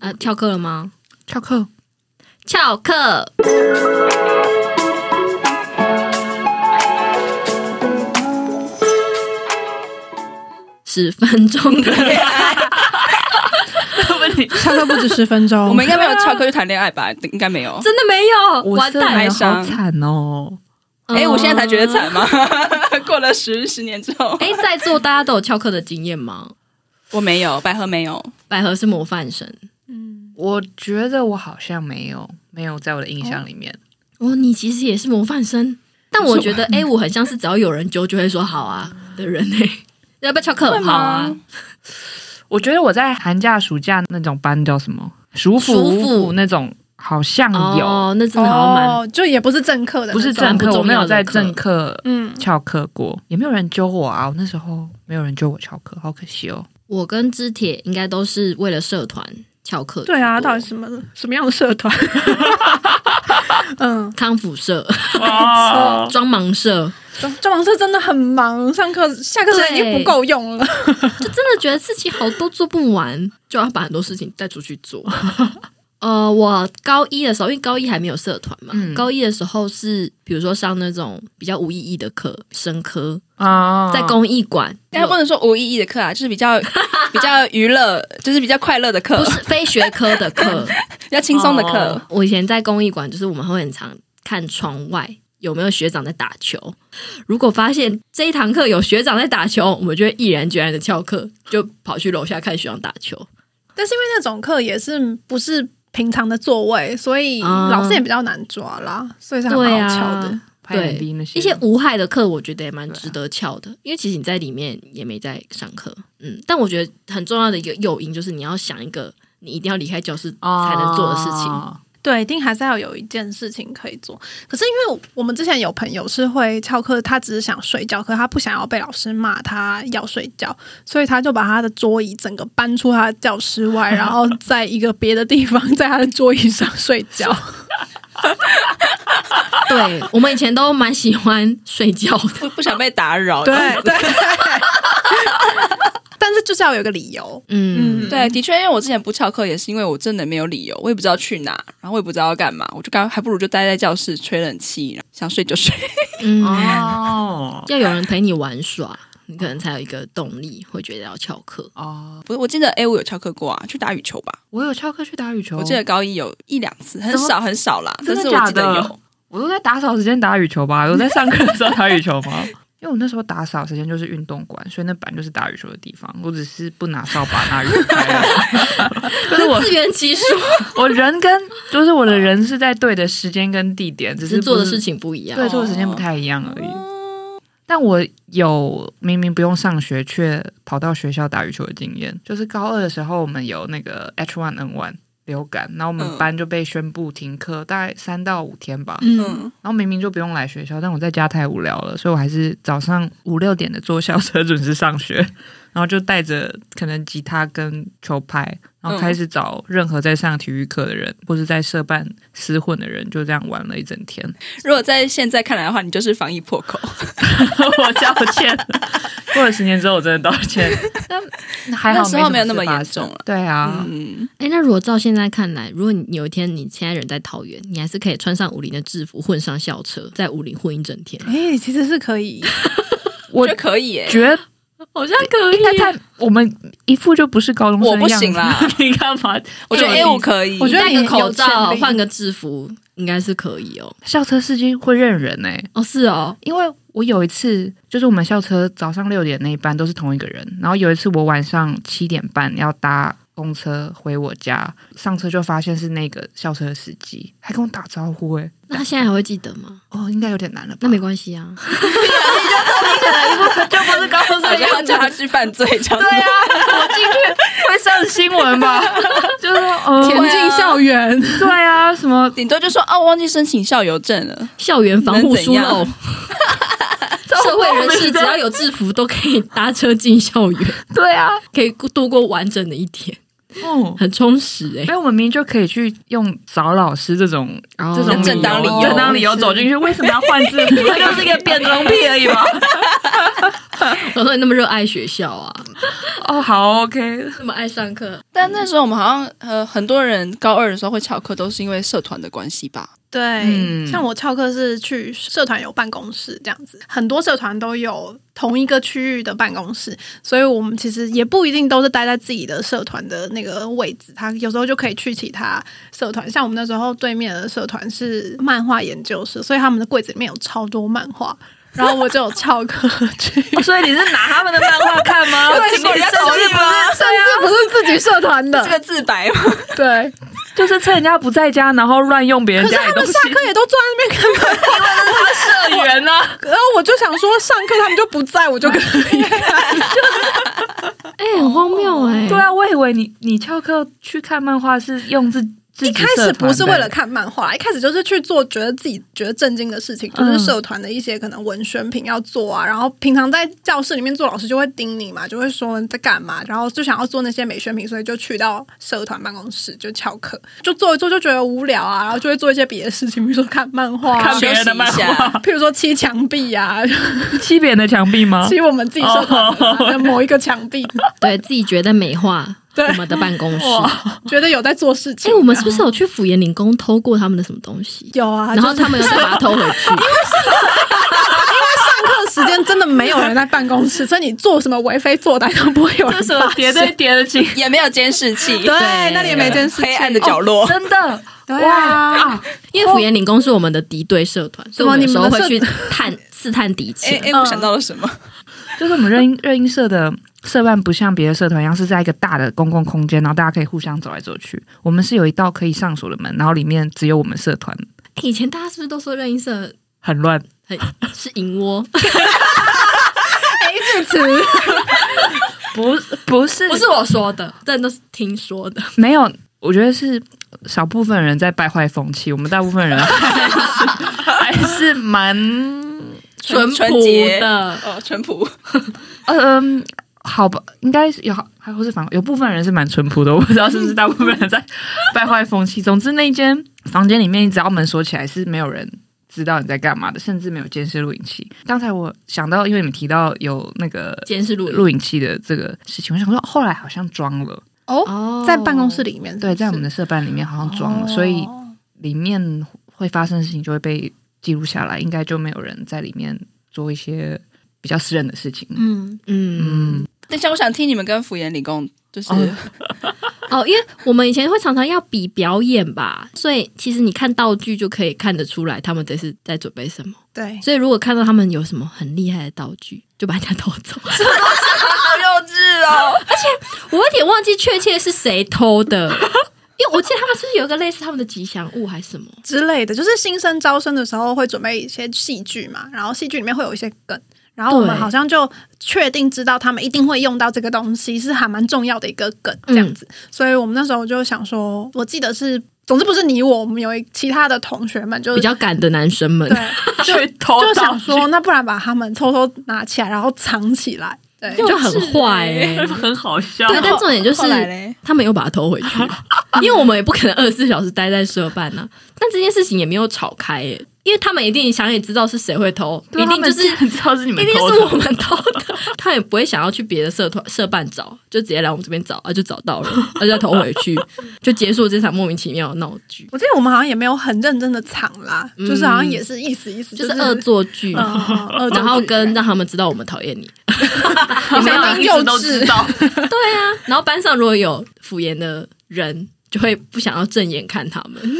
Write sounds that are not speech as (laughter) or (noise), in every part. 呃，翘课了吗？翘课。翘课。十分钟 (laughs) 的恋爱，翘课不止十 (laughs) 分钟，我们应该啊没有翘 (laughs) 课去谈恋爱吧？应该没有。真的没有，五完色蛋！哀人好伤惨哦。哎、我现在才觉嗯。得惨吗？ (laughs) 过了十十年之后，哎，在座大家都有翘课的经验吗？我没有，百合没有。百合是模范生我觉得我好像没有，没有在我的印象里面。哦，你其实也是模范生，但我觉得哎，我很像是只要有人揪就会说好啊的人呢。要不要翘课？好啊，我觉得我在寒假、暑假那种班叫什么暑辅、暑辅五辅那种，好像有，哦，那真的好像蛮哦，就也不是正课的那种，不是蛮正不课，我重没要有的在课正课嗯，翘课过，也没有人揪我啊。我那时候没有人揪我翘课，好可惜哦。我跟知铁应该都是为了社团翘课居多。对啊，到底什么什么样的社 (laughs) 团？嗯，康复社、 (laughs) 哦装盲社，装装潢社真的很忙，上课下课时间已经不够用了。就真的觉得自己好多做不完，就要把很多事情带出去 (laughs) 做。呃，我高一的时候，因为高一还没有社团嘛，嗯高一的时候是比如说上那种比较无意义的课，生科哦啊在公益馆，哎但不能说无意义的课啊，就是比 (laughs) 较比较娱乐，就是比较快乐的课不，是非学科的课，比较轻松的课哦。我以前在公益馆，就是我们会很常看窗外有没有学长在打球。如果发现这一堂课有学长在打球，我们就会毅然决然的翘课，就跑去楼下看学长打球。但是因为那种课也是不是平常的座位，所以啊老师也比较难抓啦，所以是很对好啊敲的。拍对 MV 那些一些无害的课，我觉得也蛮值得翘的，因为其实你在里面也没在上课。嗯，但我觉得很重要的一个诱因就是你要想一个你一定要离开教室哦才能做的事情。啊对，一定还是要有一件事情可以做。可是因为我们之前有朋友是会翘课，他只是想睡觉，可他不想要被老师骂，他要睡觉，所以他就把他的桌椅整个搬出他的教室外，然后在一个别的地方，在他的桌椅上睡觉。对我们以前都蛮喜欢睡觉的，不不想被打扰，对对。但是就是要有一个理由，嗯，嗯，对，的确，因为我之前不翘课，也是因为我真的没有理由，我也不知道去哪，然后我也不知道要干嘛，我就刚还不如就待在教室吹冷气，然后想睡就睡。嗯哦要有人陪你玩耍，你可能才有一个动力，会觉得要翘课。哦， (laughs) 不是，我记得哎，我有翘课过啊，去打羽球吧， (laughs) 我有翘课去打羽球，我记得高一有一两次，很怎么少很少啦，真但的是我记得假的有。我都在打扫时间打羽球吧，有在上课的时候打羽球吗？ (laughs) 因为我那时候打扫时间就是运动馆，所以那本来就是打羽球的地方。我只是不拿扫把，拿羽球拍而已。可是 (laughs) 我自圆其说， (laughs) 我人跟就是我的人是在对的时间跟地点， (laughs) 只只是是不做的事情不一样。对做的时间不太一样而已。哦但我有明明不用上学，却跑到学校打羽球的经验。就是高二的时候，我们有那个 H1N1 流感，然后我们嗯班就被宣布停课，大概三到五天吧。嗯，嗯，然后明明就不用来学校，但我在家太无聊了，所以我还是早上五六点的坐校车准时上学，然后就带着可能吉他跟球拍，然后开始找任何在上体育课的人、或是在社办厮混的人，就这样玩了一整天。如果在现在看来的话，你就是防疫破口。 (laughs) 我道歉，过了十年之后我真的道歉，但还好那时候没没有那么么事发严重生了对啊，嗯，哎、那如果照现在看来，如果你有一天你现在人在桃园，你还是可以穿上武林的制服，混上校车，在武林混一整天，哎、其实是可以，我我觉得可以耶、觉得好像可以应该看我们一副就不是高中生我不的样子行啦， (laughs) 你干嘛？我觉得 A 五可以，我觉得戴个口罩有，潜力换个制服，应该是可以哦。校车司机会认人哎、哦，是哦，因为我有一次，就是我们校车早上六点那一班都是同一个人，然后有一次我晚上七点半要搭公车回我家，上车就发现是那个校车的司机，还跟我打招呼哎、那他现在还会记得吗？哦，应该有点难了吧？那没关系啊， (laughs) 就不是高中我觉得要叫他去犯罪这样子。对啊，我进去会上新闻吧？ (laughs) 就是说， (laughs) 前呃，进校园，对啊，什么顶多就说哦，忘记申请校友证了。校园防护疏能漏， (laughs) 社会人士只这要有制服都可以搭车进校园，对啊，可以度过完整的一天。哦，很充实哎、哎，我们明明就可以去用找老师这种哦这种正当理由正当理由走进去，为什么要 (laughs) 换制服？这就是一个变装癖而已嘛。 (laughs) 我说你那么热爱学校啊，哦，好，OK，那么爱上课，但那时候我们好像呃，很多人高二的时候会翘课，都是因为社团的关系吧？对，嗯。像我翘课是去社团有办公室这样子，很多社团都有同一个区域的办公室，所以我们其实也不一定都是待在自己的社团的那个位置，他有时候就可以去其他社团。像我们那时候对面的社团是漫画研究室，所以他们的柜子里面有超多漫画，然后我就有翘课 (laughs) 去所以你是拿他们的漫画看吗？对请问人家这种同意是不是吗甚至不是自己社团的，这个自白嘛， (laughs) 对。 (laughs) 就是趁人家不在家，然后乱用别人可是家他里东们西，下课也都坐在那边 (laughs) 看漫画社员呢？然后我就想说，上课他们就不在，我就可以。哎、很荒谬哎、 (laughs) 对啊，我以为你你翘课去看漫画是用自自己一开社始团不是为了 (laughs) 的看漫画，一开始就是去做觉得自己觉得震惊的事情，就嗯是社团的一些可能文宣品要做啊，然后平常在教室里面做，老师就会盯你嘛，就会说你在干嘛，然后就想要做那些美宣品，所以就去到社团办公室就翘课，就做一做就觉得无聊啊，然后就会做一些别的事情，比如说看漫画、啊，看别人的 (laughs) 漫休息一画下，譬如说漆墙壁啊，漆别人的墙壁啊 (laughs) 吗？漆我们自己社团的啊哦某一个墙壁，对自己觉得美化对我们的办公室。哎、觉得有在做事情。我们是不是有去辅研林工偷过他们的什么东西？有啊，然后就是他们又再把它偷回 (laughs) 去，上课时间真的没有人在办公室，所以你做什么为非作歹都不会有人这什么发叠 (laughs) 现。对叠的情也没有监视器，对，那里也没监视器黑暗的角落。真的对啊，因为辅研林工是我们的敌对社团，所以我们有时候会去怎 (laughs) 探刺探敌情。哎哎，我想到了什么？ (laughs) 就是我们热音热音社的社办不像别的社团一样是在一个大的公共空间，然后大家可以互相走来走去。我们是有一道可以上锁的门，然后里面只有我们社团，哎以前大家是不是都说热音社很乱。很是银窝？不不 (laughs) 是不是我说的， (laughs) 但都是听说的。没有，我觉得是少部分人在败坏风气，我们大部分人 (laughs) 还是还是蛮淳纯朴洁的，哦，淳朴，呃嗯。好吧，应该是有，还或是反有部分人是蛮淳朴的，我不知道是不是大部分人在败坏风气。总之，那一间房间里面，你只要门锁起来，是没有人知道你在干嘛的，甚至没有监视录影器。刚才我想到，因为你们提到有那个监视录影录影器的这个事情，我想说后来好像装了，哦，哦在办公室里面，对，在我们的社办里面好像装了，所以里面会发生的事情就会被记录下来，应该就没有人在里面做一些比较私人的事情。嗯，嗯嗯，等一下，我想听你们跟福原理工 (laughs) 就是啊哦哦，因为我们以前会常常要比表演吧，所以其实你看道具就可以看得出来他们这是在准备什么。对，所以如果看到他们有什么很厉害的道具，就把人家偷走。好幼稚 (laughs) 哦。啊我有点忘记确切是谁偷的，因为我记得他们是不是有一个类似他们的吉祥物还是什么？之类的，就是新生招生的时候会准备一些戏剧嘛，然后戏剧里面会有一些梗，然后我们对好像就确定知道他们一定会用到这个东西，是还蛮重要的一个梗嗯这样子，所以我们那时候就想说，我记得是，总之不是你我，我们有一其他的同学们就比是较赶的男生们呃对，去偷就盗想去说，那不然把他们偷偷拿起来，然后藏起来。对，就很坏、欸。很好笑对，但重点就是后来嘞他们又把它偷回去，因为我们也不可能二十四小时待在社办呐、但这件事情也没有吵开耶、因为他们一定想也知道是谁会偷，一定就是很知道是你一啊们定偷是的我。们偷的， (laughs) 他也不会想要去别的社团社办找，就直接来我们这边找啊，就找到了，而且投回去，就结束这场莫名其妙的闹剧，我记得我们好像也没有很认真的藏啦，嗯就是好像也是意思意思，就是是恶作剧。嗯嗯嗯恶作剧然后跟让他们知道我们讨厌你，你们们要一幼直都知稚，道，然后班上如果有辅言的人，就会不想要正眼看他们。 (laughs)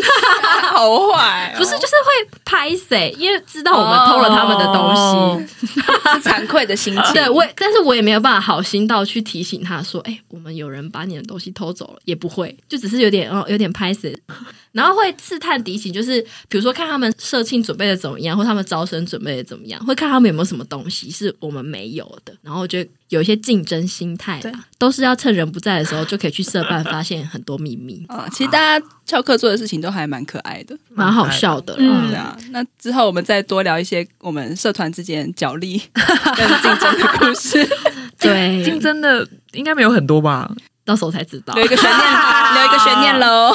好坏、不是，就是会拍谁，因为知道我们偷了他们的东西。是惭愧的心情。对，我也但是我也没有办法好心到去提醒他说，哎、我们有人把你的东西偷走了，也不会，就只是有点哦，有点拍谁， (laughs) 然后会刺探敌情，就是比如说看他们社庆准备的怎么样，或他们招生准备的怎么样，会看他们有没有什么东西是我们没有的，然后我觉得有一些竞争心态对啦，都是要趁人不在的时候就可以去社办发现很多秘密，啊、其实大家翘课做的事情都还蛮可爱的。蛮好笑的啦。嗯对啊，那之后我们再多聊一些我们社团之间角力跟竞争的故事。对，竞争的应该没有很多吧？那时候才知道留。一个悬念，留一个悬念喽。